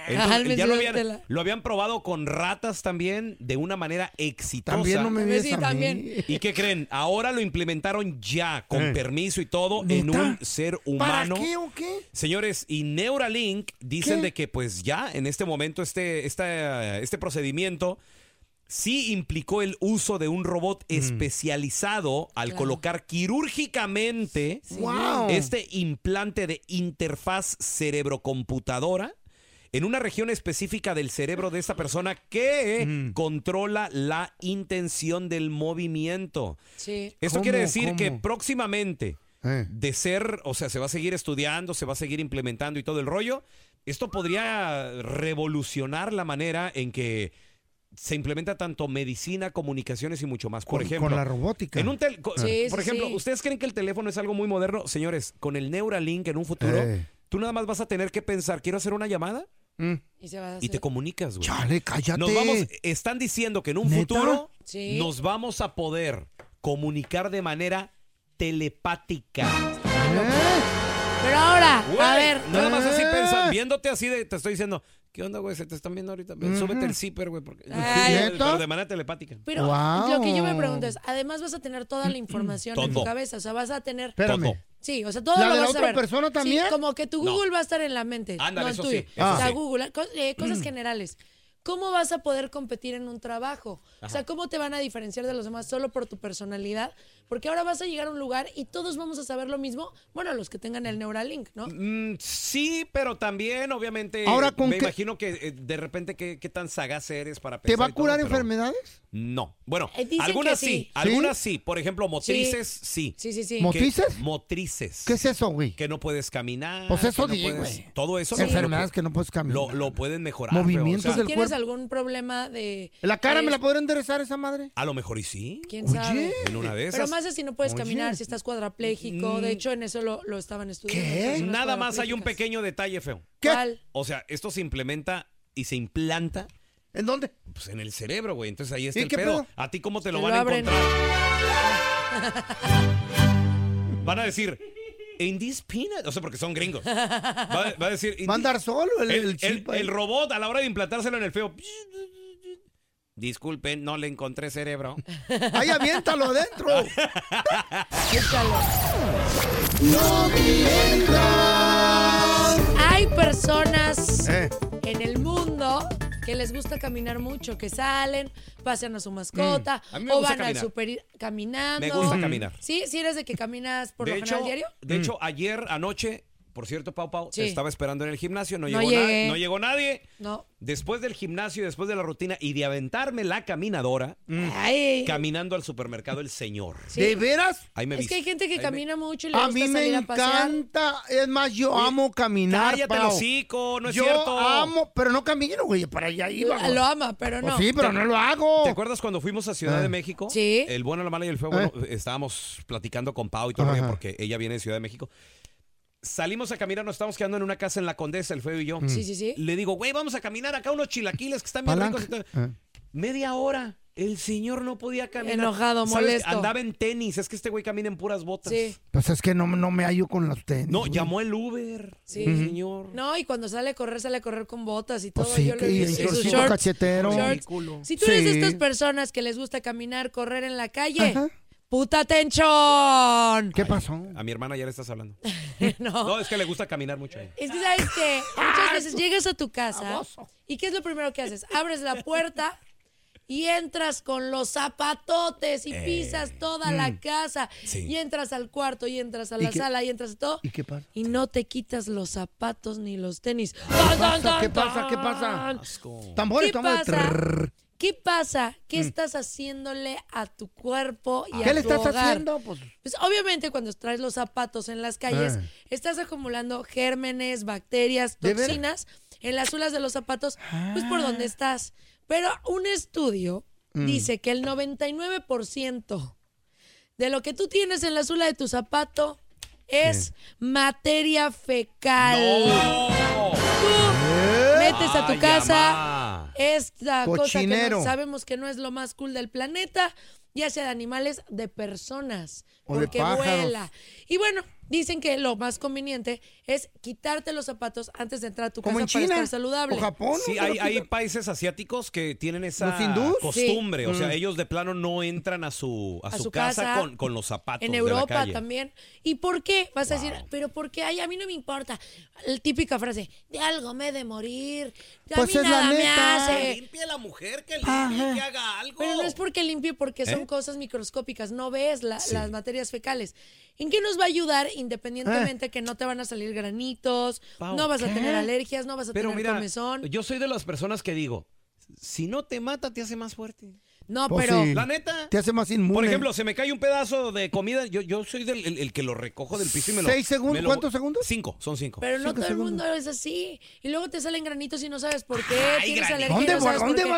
Speaker 2: Entonces,
Speaker 3: me
Speaker 2: ya lo
Speaker 3: suelta
Speaker 2: habían,
Speaker 3: la-
Speaker 2: lo habían probado con ratas también de una manera exitosa.
Speaker 3: También no me mires Pues Sí, a mí. también.
Speaker 2: ¿Y qué creen? Ahora lo implementaron ya, con
Speaker 3: Eh.
Speaker 2: permiso y todo, en un ser
Speaker 3: ¿Para
Speaker 2: humano.
Speaker 3: qué o qué?
Speaker 2: Señores, y Neuralink dicen
Speaker 3: ¿Qué?
Speaker 2: de que pues ya en este momento este, esta- este procedimiento sí implicó el uso de un robot
Speaker 3: Mm.
Speaker 2: especializado al
Speaker 3: Claro.
Speaker 2: colocar quirúrgicamente
Speaker 3: Wow.
Speaker 2: este implante de interfaz cerebrocomputadora en una región específica del cerebro de esta persona que
Speaker 3: Mm.
Speaker 2: controla la intención del movimiento.
Speaker 4: Sí.
Speaker 2: Esto quiere
Speaker 4: ¿Cómo?
Speaker 2: decir
Speaker 4: ¿Cómo?
Speaker 2: que próximamente
Speaker 3: Eh.
Speaker 2: de ser, o sea, se va a seguir estudiando, se va a seguir implementando y todo el rollo. Esto podría revolucionar la manera en que se implementa tanto medicina, comunicaciones y mucho más. Por
Speaker 3: Con-
Speaker 2: ejemplo,
Speaker 3: con la robótica.
Speaker 2: En un tel- co-
Speaker 3: Sí,
Speaker 2: por
Speaker 3: sí,
Speaker 2: ejemplo, uh,
Speaker 3: sí.
Speaker 2: ¿ustedes creen que el teléfono es algo muy moderno? Señores, con el Neuralink en un futuro,
Speaker 3: Eh.
Speaker 2: tú nada más vas a tener que pensar, quiero hacer una llamada
Speaker 4: Y se va a
Speaker 2: y te
Speaker 4: hacer-
Speaker 2: comunicas, güey.
Speaker 3: Chale, cállate.
Speaker 2: Nos vamos, están diciendo que en un
Speaker 3: ¿Neta?
Speaker 2: futuro
Speaker 4: Sí.
Speaker 2: nos vamos a poder comunicar de manera telepática.
Speaker 4: Pero ahora, a
Speaker 2: Güey,
Speaker 4: ver.
Speaker 2: Nada más así
Speaker 4: Eh.
Speaker 2: pensando, viéndote así de, te estoy diciendo, ¿qué onda, güey? Se te están viendo ahorita. Ven,
Speaker 4: Ujú.
Speaker 2: Súbete el zipper, güey. Porque,
Speaker 4: Ay.
Speaker 2: *laughs* Pero
Speaker 4: ¿Neta?
Speaker 2: de manera telepática.
Speaker 4: Pero lo que yo me pregunto es, además vas a tener toda la información en tu
Speaker 2: Todo.
Speaker 4: cabeza, o sea, vas a tener...
Speaker 2: Espérame. Todo.
Speaker 4: Sí, o sea, todo
Speaker 3: ¿La
Speaker 4: lo
Speaker 3: de la
Speaker 4: vas a
Speaker 3: otra
Speaker 4: ver.
Speaker 3: persona
Speaker 4: Sí,
Speaker 3: también?
Speaker 4: como que tu
Speaker 3: No.
Speaker 4: Google va a estar en la mente.
Speaker 3: Ándale,
Speaker 4: no es
Speaker 3: eso
Speaker 4: tuyo.
Speaker 3: sí, eso
Speaker 4: o sea,
Speaker 3: sí. Mm.
Speaker 4: Google, co- eh, cosas generales. ¿Cómo vas a poder competir en un trabajo? O sea,
Speaker 16: Ajá.
Speaker 4: ¿cómo te van a diferenciar de los demás solo por tu personalidad? Porque ahora vas a llegar a un lugar y todos vamos a saber lo mismo, bueno, los que tengan el Neuralink, ¿no?
Speaker 2: Mm, sí, pero también, obviamente,
Speaker 3: Ahora, ¿con
Speaker 2: me
Speaker 3: qué-
Speaker 2: imagino que eh, de repente qué, qué tan sagaz eres para
Speaker 3: ¿Te
Speaker 2: pensar.
Speaker 3: va a
Speaker 2: y todo,
Speaker 3: curar
Speaker 2: pero-
Speaker 3: enfermedades?
Speaker 2: No. Bueno,
Speaker 3: Eh, dicen
Speaker 2: algunas
Speaker 3: que
Speaker 2: sí.
Speaker 3: sí.
Speaker 2: algunas
Speaker 3: ¿Sí?
Speaker 2: sí. Por ejemplo, motrices, sí.
Speaker 4: Sí, sí, sí.
Speaker 2: Que-
Speaker 3: ¿Motrices?
Speaker 2: motrices.
Speaker 3: ¿Qué es eso, güey?
Speaker 2: Que no puedes caminar.
Speaker 3: Pues eso
Speaker 2: que no
Speaker 3: di,
Speaker 2: puedes-
Speaker 3: güey.
Speaker 2: Todo eso. lo-
Speaker 3: Enfermedades
Speaker 2: lo-
Speaker 3: que no puedes caminar.
Speaker 2: Lo, lo pueden mejorar. feo, o
Speaker 3: Movimientos
Speaker 2: sea,
Speaker 3: del
Speaker 4: ¿Tienes
Speaker 3: cuerpo.
Speaker 4: algún problema de...
Speaker 3: ¿La cara
Speaker 4: eh,
Speaker 3: me la podrá enderezar esa madre?
Speaker 2: A lo mejor y sí.
Speaker 4: ¿Quién
Speaker 3: Oye.
Speaker 4: sabe?
Speaker 2: En una de
Speaker 4: Pero
Speaker 2: esas.
Speaker 4: más es si no puedes
Speaker 2: Oye.
Speaker 4: caminar, si estás
Speaker 3: Mm.
Speaker 4: cuadrapléjico. De hecho, en eso lo, lo estaban estudiando. personas
Speaker 2: Nada más hay
Speaker 4: cuadraplégicas.
Speaker 2: un pequeño detalle feo.
Speaker 4: ¿Cuál?
Speaker 2: O sea, esto se implementa y se implanta.
Speaker 3: ¿En dónde?
Speaker 2: Pues en el cerebro, güey. Entonces ahí está
Speaker 3: ¿Y
Speaker 2: el
Speaker 3: qué
Speaker 2: pedo.
Speaker 3: pedo?
Speaker 2: ¿A ti cómo te lo
Speaker 4: Te
Speaker 2: van
Speaker 4: lo
Speaker 2: a
Speaker 4: abren.
Speaker 2: encontrar?
Speaker 3: *laughs*
Speaker 2: Van a decir, in this peanut. O sea, porque son gringos. Va, va a decir. "In
Speaker 3: Va a andar
Speaker 2: this-"
Speaker 3: solo el- el
Speaker 2: el,
Speaker 3: chip ahí.
Speaker 2: el robot a la hora de implantárselo en el feo. Disculpen, no le encontré cerebro.
Speaker 3: ¡Ay,
Speaker 2: *laughs*
Speaker 3: aviéntalo adentro!
Speaker 4: Hay personas
Speaker 3: Eh.
Speaker 4: en el mundo que les gusta caminar mucho, que salen, pasean a su mascota
Speaker 2: Mm. A mí me
Speaker 4: o
Speaker 2: gusta
Speaker 4: van al
Speaker 2: caminar.
Speaker 4: super caminando.
Speaker 2: Me gusta caminar.
Speaker 4: Sí, si eres de que caminas por
Speaker 2: de
Speaker 4: lo
Speaker 2: hecho,
Speaker 4: general diario.
Speaker 2: De hecho,
Speaker 3: Mm.
Speaker 2: ayer anoche, por cierto, Pau Pau,
Speaker 4: Sí.
Speaker 2: te estaba esperando en el gimnasio, no,
Speaker 4: No
Speaker 2: llegó na-
Speaker 4: llegué.
Speaker 2: no llegó nadie.
Speaker 4: No.
Speaker 2: Después del gimnasio, después de la rutina y de aventarme la caminadora,
Speaker 4: Ay.
Speaker 2: caminando al supermercado el señor.
Speaker 4: Mm. Sí. ¿De
Speaker 3: veras?
Speaker 2: Ahí me
Speaker 4: Es que hay
Speaker 2: viste.
Speaker 4: gente que
Speaker 2: Ahí me-
Speaker 4: camina mucho y le
Speaker 3: A
Speaker 4: gusta
Speaker 3: mí me
Speaker 4: salir a pasear.
Speaker 3: encanta. Es más, yo amo caminar.
Speaker 2: cállate el
Speaker 3: Pao.
Speaker 2: hocico, no es
Speaker 3: yo
Speaker 2: cierto.
Speaker 3: amo, pero no camino, güey. Para allá iba.
Speaker 4: Lo ama, pero
Speaker 3: Pues
Speaker 4: no.
Speaker 3: sí, pero no lo hago.
Speaker 2: ¿Te acuerdas cuando fuimos a Ciudad
Speaker 3: Ah.
Speaker 2: de México?
Speaker 4: Sí.
Speaker 2: El bueno, la mala y el feo. Bueno, estábamos platicando con Pau y todo el rollo porque ella viene de Ciudad de México. Salimos a caminar, nos estábamos quedando en una casa en la Condesa, el feo y yo.
Speaker 3: Mm. Sí,
Speaker 4: sí, sí.
Speaker 2: Le digo, güey, vamos a caminar acá unos chilaquiles que están bien
Speaker 3: Palanca.
Speaker 2: ricos. y todo".
Speaker 3: Eh,
Speaker 2: Media hora. El señor no podía caminar.
Speaker 4: Enojado,
Speaker 2: ¿Sabes?
Speaker 4: molesto.
Speaker 2: Andaba en tenis. Es que este güey camina en puras botas.
Speaker 4: Sí.
Speaker 3: Pues es que no, no me hallo con los tenis.
Speaker 2: No,
Speaker 3: güey.
Speaker 2: llamó el Uber.
Speaker 4: Sí.
Speaker 2: El señor.
Speaker 4: No, y cuando sale a correr, sale a correr con botas y todo.
Speaker 3: Pues sí,
Speaker 4: yo lo he
Speaker 3: que- y
Speaker 4: visto.
Speaker 3: en
Speaker 4: sus
Speaker 3: shortcito cachetero.
Speaker 4: shorts.
Speaker 3: Ridículo.
Speaker 4: Si tú eres de
Speaker 3: Sí.
Speaker 4: estas personas que les gusta caminar, correr en la calle, puta atención.
Speaker 3: ¿Qué pasó?
Speaker 2: A mi hermana ya le estás hablando.
Speaker 4: *laughs* no.
Speaker 2: es que le gusta caminar mucho. a ella.
Speaker 4: Es que sabes que muchas veces llegas a tu casa y ¿qué es lo primero que haces? Abres la puerta y entras con los zapatotes
Speaker 3: Eh,
Speaker 4: y pisas toda la casa y entras al cuarto y entras a
Speaker 3: mm, ¿Y
Speaker 4: la
Speaker 3: qué-
Speaker 4: sala y entras a todo.
Speaker 3: ¿Y qué pasa?
Speaker 4: Y no te quitas los zapatos ni los tenis.
Speaker 3: pasa? ¿Qué pasa? ¿Qué pasa? Tambores,
Speaker 4: ¿Qué
Speaker 3: tambores.
Speaker 4: pasa?
Speaker 3: Trrr.
Speaker 4: ¿Qué pasa? ¿Qué
Speaker 3: Mm.
Speaker 4: estás haciéndole a tu cuerpo y a
Speaker 3: ¿Qué le
Speaker 4: tu
Speaker 3: estás
Speaker 4: hogar?
Speaker 3: haciendo? Pues,
Speaker 4: Pues obviamente cuando traes los zapatos en las calles,
Speaker 3: Ah.
Speaker 4: estás acumulando gérmenes, bacterias,
Speaker 3: ¿De veras? Ah.
Speaker 4: toxinas en las suelas de los zapatos, pues por donde estás. Pero un estudio
Speaker 3: Mm.
Speaker 4: dice que el 99% de lo que tú tienes en la suela de tu zapato es materia fecal. Tú metes a tu
Speaker 2: Ay,
Speaker 4: casa
Speaker 2: amá.
Speaker 4: esta cosa que
Speaker 3: Cochinero.
Speaker 4: no- sabemos que no es lo más cool del planeta, ya sea de animales, de personas,
Speaker 3: O de
Speaker 4: porque
Speaker 3: pájaros.
Speaker 4: vuela. Y bueno, dicen que lo más conveniente es quitarte los zapatos antes de entrar a tu
Speaker 3: Como
Speaker 4: casa
Speaker 3: en
Speaker 4: para
Speaker 3: China,
Speaker 4: estar saludable.
Speaker 2: Sí, hay, hay países asiáticos que tienen esa
Speaker 3: ¿Los hindús?
Speaker 2: costumbre.
Speaker 3: Sí.
Speaker 2: O sea,
Speaker 3: Mm.
Speaker 2: ellos de plano no entran a su, a
Speaker 4: A
Speaker 2: su
Speaker 4: su
Speaker 2: casa,
Speaker 4: casa.
Speaker 2: con, con los zapatos.
Speaker 4: En
Speaker 2: de la
Speaker 4: Europa
Speaker 2: calle.
Speaker 4: también. ¿Y por qué? Vas a decir, pero ¿por qué? Ay, a mí no me importa. La típica frase, de algo me he de morir. A
Speaker 2: Pues
Speaker 4: mí
Speaker 2: es la
Speaker 4: nada me
Speaker 2: neta. Que
Speaker 4: hace.
Speaker 2: limpie la mujer, que
Speaker 4: limpie,
Speaker 2: que haga algo.
Speaker 4: Pero no es porque limpie, porque son
Speaker 2: ¿Eh?
Speaker 4: cosas microscópicas. No ves la-
Speaker 2: Sí.
Speaker 4: las materias fecales. ¿En qué nos va a ayudar? Independientemente que no te van a salir granitos,
Speaker 2: Eh. Pau,
Speaker 4: no vas a
Speaker 2: ¿qué?
Speaker 4: tener alergias, no vas a
Speaker 2: Pero
Speaker 4: tener
Speaker 2: mira,
Speaker 4: comezón.
Speaker 2: yo soy de las personas que digo, si no te mata, te hace más fuerte.
Speaker 4: No,
Speaker 3: Pues
Speaker 4: pero.
Speaker 3: sí.
Speaker 2: La neta.
Speaker 3: Te hace más inmune.
Speaker 2: Por ejemplo, se me cae un pedazo de comida, yo, yo soy del, el, el que lo recojo del piso y me lo...
Speaker 3: ¿Seis segundos?
Speaker 2: me lo-
Speaker 3: ¿Cuántos segundos?
Speaker 2: Cinco, son cinco.
Speaker 4: Pero no todo el mundo es así. Y luego te salen granitos y no sabes por qué. Tienes
Speaker 2: granitos.
Speaker 4: alergia y no sabes por qué.
Speaker 2: Si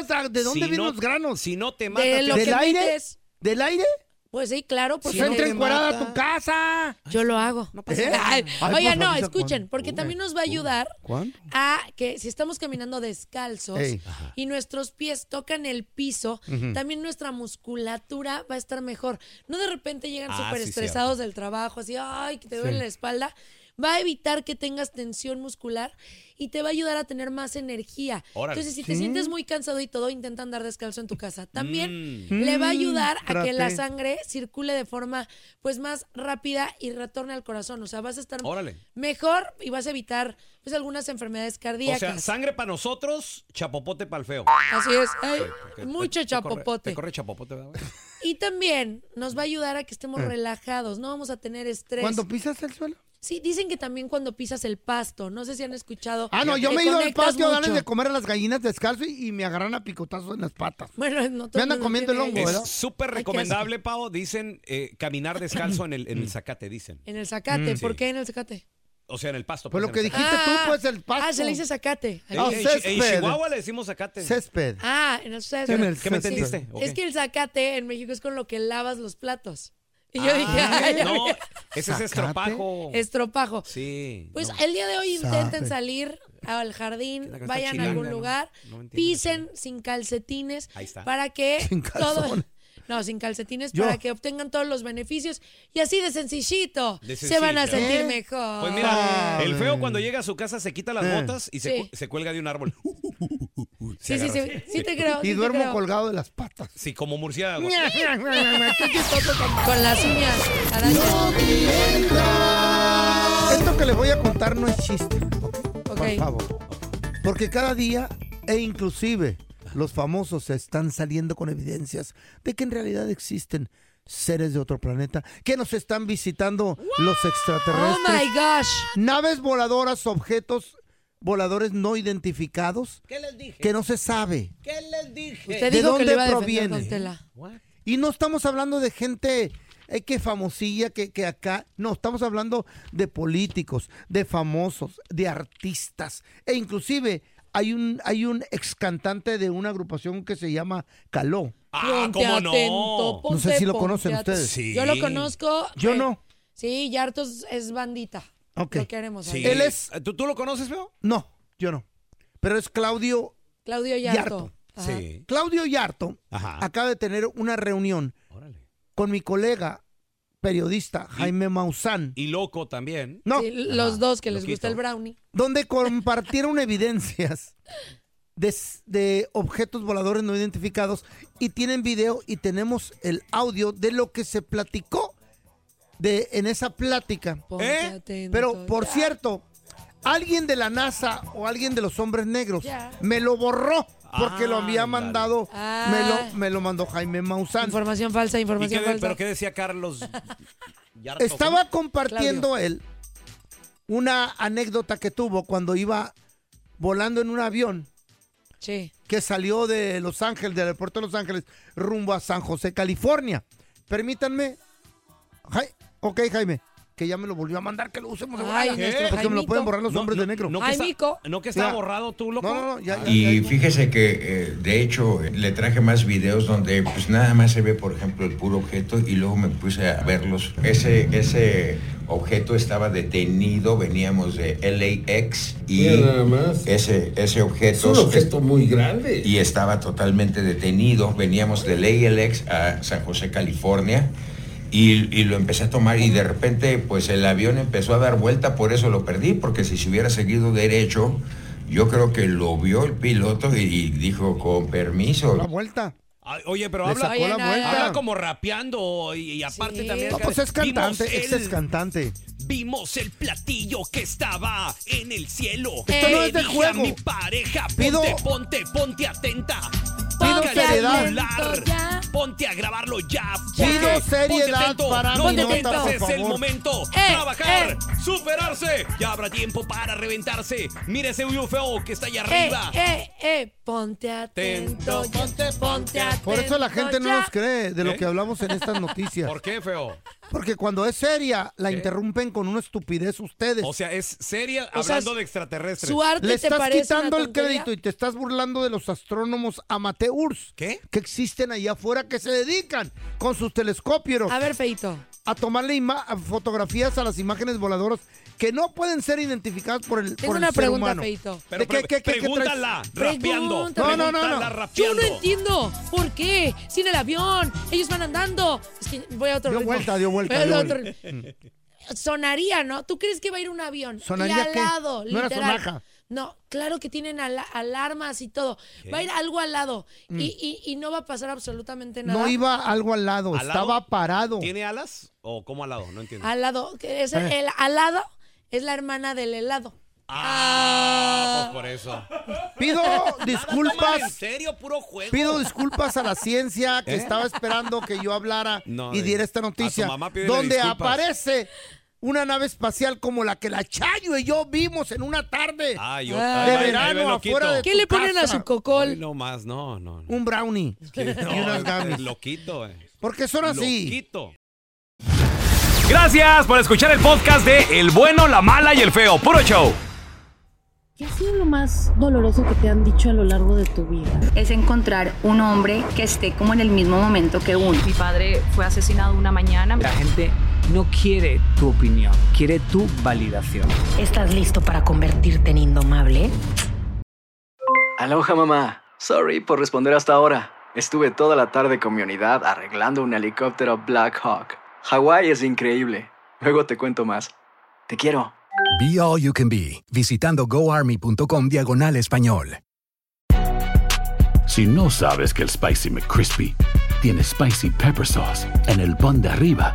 Speaker 2: no- Si no te mata,
Speaker 4: De
Speaker 2: te
Speaker 4: lo
Speaker 2: hace-
Speaker 4: que metes.
Speaker 3: ¿Del aire?
Speaker 4: Pues sí, claro, porque
Speaker 3: Pues entra encuerada a tu casa.
Speaker 4: Yo lo hago. No
Speaker 3: pasa nada.
Speaker 4: Ay,
Speaker 3: Ay,
Speaker 4: Oiga,
Speaker 3: pues
Speaker 4: no,
Speaker 3: avisa
Speaker 4: escuchen, porque también nos va a ayudar
Speaker 3: ¿Cuándo?
Speaker 4: a que si estamos caminando descalzos
Speaker 3: Ey.
Speaker 4: y nuestros pies tocan el piso,
Speaker 3: Ujú.
Speaker 4: también nuestra musculatura va a estar mejor. No de repente llegan
Speaker 3: Ah,
Speaker 4: súper
Speaker 3: sí,
Speaker 4: estresados del trabajo, así, ay, que te duele
Speaker 3: Sí.
Speaker 4: la espalda. Va a evitar que tengas tensión muscular y te va a ayudar a tener más energía.
Speaker 16: Órale.
Speaker 4: Entonces, si te
Speaker 16: Sí.
Speaker 4: sientes muy cansado y todo, intenta andar descalzo en tu casa. También
Speaker 16: Mm.
Speaker 4: le va a ayudar
Speaker 16: Mm,
Speaker 4: a que la
Speaker 16: traté.
Speaker 4: sangre circule de forma pues más rápida y retorne al corazón. O sea, vas a estar
Speaker 2: Órale.
Speaker 4: mejor y vas a evitar pues algunas enfermedades
Speaker 2: O sea,
Speaker 4: cardíacas.
Speaker 2: sangre para nosotros, chapopote para el feo.
Speaker 4: Así es. Ay,
Speaker 2: porque
Speaker 4: mucho
Speaker 2: te- te corre-
Speaker 4: chapopote.
Speaker 2: Te corre chapopote, ¿verdad, güey?
Speaker 4: y también nos va a ayudar a que estemos
Speaker 3: Eh.
Speaker 4: relajados, no vamos a tener estrés.
Speaker 3: ¿Cuándo pisas el suelo?
Speaker 4: Sí, dicen que también cuando pisas el pasto, no sé si han escuchado.
Speaker 3: Ah, no, yo
Speaker 4: que
Speaker 3: me he ido al
Speaker 4: conectas
Speaker 3: patio a
Speaker 4: mucho.
Speaker 3: darles de comer a las gallinas descalzo y, y me agarran a picotazos en las patas.
Speaker 4: Bueno, no todo
Speaker 3: Me andan
Speaker 4: mundo
Speaker 3: comiendo el
Speaker 4: tiene
Speaker 3: hongo,
Speaker 2: Es
Speaker 3: ¿verdad?
Speaker 2: súper recomendable, Pau. Dicen eh, caminar descalzo en el,
Speaker 3: Mm.
Speaker 2: en el zacate, dicen.
Speaker 4: En el zacate,
Speaker 2: Mm,
Speaker 4: ¿por
Speaker 2: sí.
Speaker 4: qué en el zacate?
Speaker 2: O sea, en el pasto.
Speaker 3: Pues lo
Speaker 2: en
Speaker 3: que
Speaker 2: el
Speaker 3: dijiste tú, pues el pasto.
Speaker 4: Ah, se le dice zacate.
Speaker 2: zacate.
Speaker 3: Ah,
Speaker 2: En- en,
Speaker 3: césped.
Speaker 2: en Chihuahua le decimos zacate.
Speaker 3: Césped.
Speaker 4: Ah, en el césped.
Speaker 3: En el
Speaker 2: ¿Qué me
Speaker 3: césped.
Speaker 2: entendiste? Ok.
Speaker 4: Es que el zacate en México es con lo que lavas los platos. Y yo
Speaker 2: Ah,
Speaker 4: dije, ay, ya
Speaker 2: no,
Speaker 4: vi-
Speaker 2: ese es estropajo.
Speaker 4: Estropajo.
Speaker 2: Sí.
Speaker 4: Pues
Speaker 2: no.
Speaker 4: el día de hoy intenten
Speaker 2: Sabe.
Speaker 4: salir al jardín,
Speaker 2: la cosa
Speaker 4: vayan a
Speaker 2: chilanga,
Speaker 4: algún
Speaker 2: ¿no?
Speaker 4: lugar,
Speaker 2: No entiendo.
Speaker 4: pisen sin calcetines
Speaker 2: Ahí está.
Speaker 4: para que
Speaker 3: *laughs* Sin
Speaker 4: todo
Speaker 3: calzón.
Speaker 4: *laughs* no, sin calcetines
Speaker 3: Yo.
Speaker 4: para que obtengan todos los beneficios y así de sencillito,
Speaker 2: De
Speaker 4: se van a
Speaker 2: sencillo.
Speaker 4: sentir
Speaker 2: ¿Eh?
Speaker 4: mejor.
Speaker 2: Pues mira, el feo cuando llega a su casa se quita las
Speaker 3: Eh.
Speaker 2: botas y se,
Speaker 4: Sí.
Speaker 2: cu- se cuelga de un árbol.
Speaker 4: Sí, sí,
Speaker 2: agarra
Speaker 4: sí,
Speaker 2: así.
Speaker 4: sí te creo.
Speaker 3: Y
Speaker 4: sí te
Speaker 3: duermo
Speaker 4: creo.
Speaker 3: colgado de las patas.
Speaker 2: Sí, como murciélago.
Speaker 3: *laughs*
Speaker 2: Pues-
Speaker 4: Con las uñas. arañas.
Speaker 3: Esto que les voy a contar no es chiste. Por
Speaker 4: Ok.
Speaker 3: favor. Porque cada día, e inclusive los famosos están saliendo con evidencias de que en realidad existen seres de otro planeta que nos están visitando los extraterrestres.
Speaker 4: Oh my gosh.
Speaker 3: Naves voladoras, objetos voladores no identificados
Speaker 2: ¿Qué les dije?
Speaker 3: que no se sabe.
Speaker 2: ¿Qué les dije?
Speaker 3: Usted ¿De dijo que dónde le iba a defender, proviene? don Tela. Y no estamos hablando de gente eh, que famosilla, que, que acá. No, estamos hablando de políticos, de famosos, de artistas. E inclusive hay un, hay un ex cantante de una agrupación que se llama Caló.
Speaker 2: Ah,
Speaker 4: Ponte
Speaker 2: ¿cómo no?
Speaker 4: atento,
Speaker 3: No sé
Speaker 4: ponte,
Speaker 3: si lo
Speaker 4: ponte
Speaker 3: conocen
Speaker 4: atento.
Speaker 3: ustedes. Sí.
Speaker 4: Yo lo conozco.
Speaker 3: Yo
Speaker 4: eh,
Speaker 3: no.
Speaker 4: Sí, Yartos es bandita.
Speaker 3: Ok.
Speaker 4: Lo queremos.
Speaker 3: Sí.
Speaker 4: ahí.
Speaker 3: Él es.
Speaker 2: ¿Tú, tú lo conoces, feo?
Speaker 3: No, yo no. Pero es Claudio
Speaker 4: Claudio
Speaker 3: Yarto.
Speaker 4: Yarto. Ajá.
Speaker 3: Claudio Yarto acaba de tener una reunión con mi colega periodista Jaime Maussan.
Speaker 2: Y loco también.
Speaker 3: No.
Speaker 4: Sí, los dos que les gusta el brownie.
Speaker 3: donde compartieron *laughs* evidencias de, s- de objetos voladores no identificados y tienen video y tenemos el audio de lo que se platicó de, en esa plática.
Speaker 4: Ponte
Speaker 2: ¿Eh?
Speaker 4: atento,
Speaker 3: Pero, por
Speaker 4: ya.
Speaker 3: cierto, alguien de la NASA o alguien de los hombres negros
Speaker 4: Ya.
Speaker 3: me lo borró porque lo había
Speaker 2: Ándale.
Speaker 3: mandado, me, lo, me lo mandó Jaime Maussan.
Speaker 4: Ah. Información
Speaker 2: ¿Y
Speaker 4: falsa,
Speaker 2: qué
Speaker 4: información
Speaker 2: de-
Speaker 4: falsa.
Speaker 2: ¿Pero qué decía
Speaker 4: *laughs*
Speaker 2: Carlos? Yarto,
Speaker 3: Estaba
Speaker 2: ¿cómo?
Speaker 3: compartiendo
Speaker 2: Claudio.
Speaker 3: él una anécdota que tuvo cuando iba volando en un avión que salió de Los Ángeles, del aeropuerto de Los Ángeles, rumbo a San José, California. Permítanme. Jai- ok, Jaime. que ya me lo volvió a mandar, que lo usemos de
Speaker 2: Ay,
Speaker 3: volada.
Speaker 2: Néstor,
Speaker 3: Porque
Speaker 2: ay,
Speaker 3: me lo
Speaker 2: Mico.
Speaker 3: pueden borrar los
Speaker 2: No,
Speaker 3: hombres
Speaker 2: no,
Speaker 3: de negro.
Speaker 2: no que Ay, está- Mico. no que está borrado tú, loco.
Speaker 3: No, no, no, ya, ya,
Speaker 16: Y fíjese que, eh, de hecho, le traje más videos donde pues nada más se ve, por ejemplo, el puro objeto y luego me puse a verlos. Ese, ese objeto estaba detenido, veníamos de LAX y
Speaker 18: Mira nada más.
Speaker 16: ese, ese objeto...
Speaker 18: Es un objeto muy grande.
Speaker 16: Y estaba totalmente detenido. Veníamos de LAX a San José, California. Y, y lo empecé a tomar y de repente pues el avión empezó a dar vuelta, por eso lo perdí, porque si se hubiera seguido derecho, yo creo que lo vio el piloto y, y dijo con permiso.
Speaker 3: La vuelta.
Speaker 2: Ay, Oye, pero
Speaker 16: Le
Speaker 2: habla,
Speaker 16: sacó la
Speaker 2: habla
Speaker 16: vuelta.
Speaker 2: como rapeando y, y aparte también.
Speaker 3: No, pues es cantante,
Speaker 2: Vimos
Speaker 3: ex
Speaker 2: el-
Speaker 3: es cantante.
Speaker 2: Vimos el platillo que estaba en el cielo.
Speaker 3: Esto no
Speaker 2: Le
Speaker 3: es de
Speaker 2: dije a
Speaker 3: juego.
Speaker 2: mi pareja,
Speaker 3: Pido-
Speaker 2: ponte, ponte, ponte atenta.
Speaker 3: Pido
Speaker 2: Ponte a
Speaker 3: seriedad.
Speaker 2: calcular, Ponte a grabarlo ya.
Speaker 3: Pido
Speaker 2: porque
Speaker 3: seriedad
Speaker 2: atento,
Speaker 3: para
Speaker 2: no
Speaker 3: mi nota,
Speaker 2: mientas,
Speaker 3: por
Speaker 2: es el
Speaker 3: favor.
Speaker 2: momento.
Speaker 3: Eh,
Speaker 2: trabajar,
Speaker 3: eh.
Speaker 2: superarse. Ya habrá tiempo para reventarse. Mira ese UFO que está allá arriba.
Speaker 4: Eh, eh, eh, ponte atento, ponte, ponte atento.
Speaker 3: Por eso la gente no
Speaker 4: ya.
Speaker 3: nos cree de lo
Speaker 2: ¿Eh?
Speaker 3: que hablamos en estas noticias.
Speaker 2: ¿Por qué, feo?
Speaker 3: Porque cuando es seria, la interrumpen con una estupidez ustedes.
Speaker 2: O sea, es seria
Speaker 3: O sea,
Speaker 2: hablando de extraterrestres.
Speaker 3: Le estás quitando el crédito y te estás burlando de los astrónomos amateurs que existen allá afuera que se dedican con sus telescopios a ver feito a tomarle ima- a fotografías a las imágenes voladoras que no pueden ser identificadas por el
Speaker 4: Tengo
Speaker 3: por el
Speaker 4: una
Speaker 3: ser
Speaker 4: pregunta,
Speaker 3: humano.
Speaker 4: Feito.
Speaker 3: ¿De
Speaker 4: Pero
Speaker 3: qué- qué-
Speaker 4: pre-
Speaker 3: qué- qué traes?
Speaker 2: pregúntala, rapeando.
Speaker 3: No, no, no, no.
Speaker 2: Pregúntala, rapeando.
Speaker 4: Yo no entiendo por qué. Sin el avión, ellos van andando. Es que voy a otro
Speaker 3: Dio
Speaker 4: ritmo.
Speaker 3: vuelta, dio vuelta,
Speaker 4: Voy a
Speaker 3: dio
Speaker 4: otro
Speaker 3: vuelta.
Speaker 4: ritmo. Sonaría, ¿no? ¿Tú crees que va a ir un avión?
Speaker 3: ¿Sonaría
Speaker 4: Y al
Speaker 3: qué?
Speaker 4: lado,
Speaker 3: No era
Speaker 4: literal.
Speaker 3: sonaja.
Speaker 4: No, claro que tienen ala- alarmas y todo.
Speaker 3: ¿Qué?
Speaker 4: Va a ir algo al lado
Speaker 3: Mm.
Speaker 4: y, y- y no va a pasar absolutamente nada.
Speaker 3: No iba algo al lado,
Speaker 2: ¿Al lado?
Speaker 3: estaba parado.
Speaker 2: ¿Tiene alas o cómo al lado? No entiendo.
Speaker 4: Al lado, que es el,
Speaker 3: Eh.
Speaker 4: el alado es la hermana del helado.
Speaker 2: Ah, pues por eso. *laughs*
Speaker 3: Pido
Speaker 2: Tómalo en
Speaker 3: disculpas.
Speaker 2: serio, puro juego.
Speaker 3: Pido disculpas a
Speaker 2: *laughs*
Speaker 3: la ciencia que
Speaker 2: ¿Eh?
Speaker 3: estaba esperando que yo hablara
Speaker 2: No,
Speaker 3: y diera
Speaker 2: de-
Speaker 3: esta noticia.
Speaker 2: a tu mamá pídele
Speaker 3: donde
Speaker 2: disculpas.
Speaker 3: aparece una nave espacial como la que la Chayo y yo vimos en una tarde
Speaker 2: Ay,
Speaker 3: de
Speaker 2: yo- ay, ay,
Speaker 3: verano
Speaker 2: ay,
Speaker 3: afuera
Speaker 2: loquito.
Speaker 3: de tu casa.
Speaker 2: Ay, no más, no, no. no.
Speaker 3: Un brownie *laughs* y
Speaker 2: No,
Speaker 3: unas
Speaker 2: este,
Speaker 3: gamis.
Speaker 2: Loquito, eh.
Speaker 3: Porque son así.
Speaker 2: Loquito.
Speaker 19: Gracias por escuchar el podcast de El bueno, la mala y el feo. Puro show.
Speaker 20: ¿Qué ha sido lo más doloroso que te han dicho a lo largo de tu vida?
Speaker 21: es encontrar un hombre que esté como en el mismo momento que uno. Mi padre fue asesinado una mañana.
Speaker 6: La gente no quiere tu opinión, quiere tu validación.
Speaker 22: ¿Estás listo para convertirte en indomable?
Speaker 6: Aloha mamá. Sorry por responder hasta ahora. Estuve toda la tarde con mi unidad arreglando un helicóptero Black Hawk. Hawái es increíble. Luego te cuento más. Te quiero.
Speaker 23: Be All You Can Be, visitando goarmy.com diagonal español.
Speaker 24: Si no sabes que el Spicy McCrispy tiene spicy pepper sauce en el pan de arriba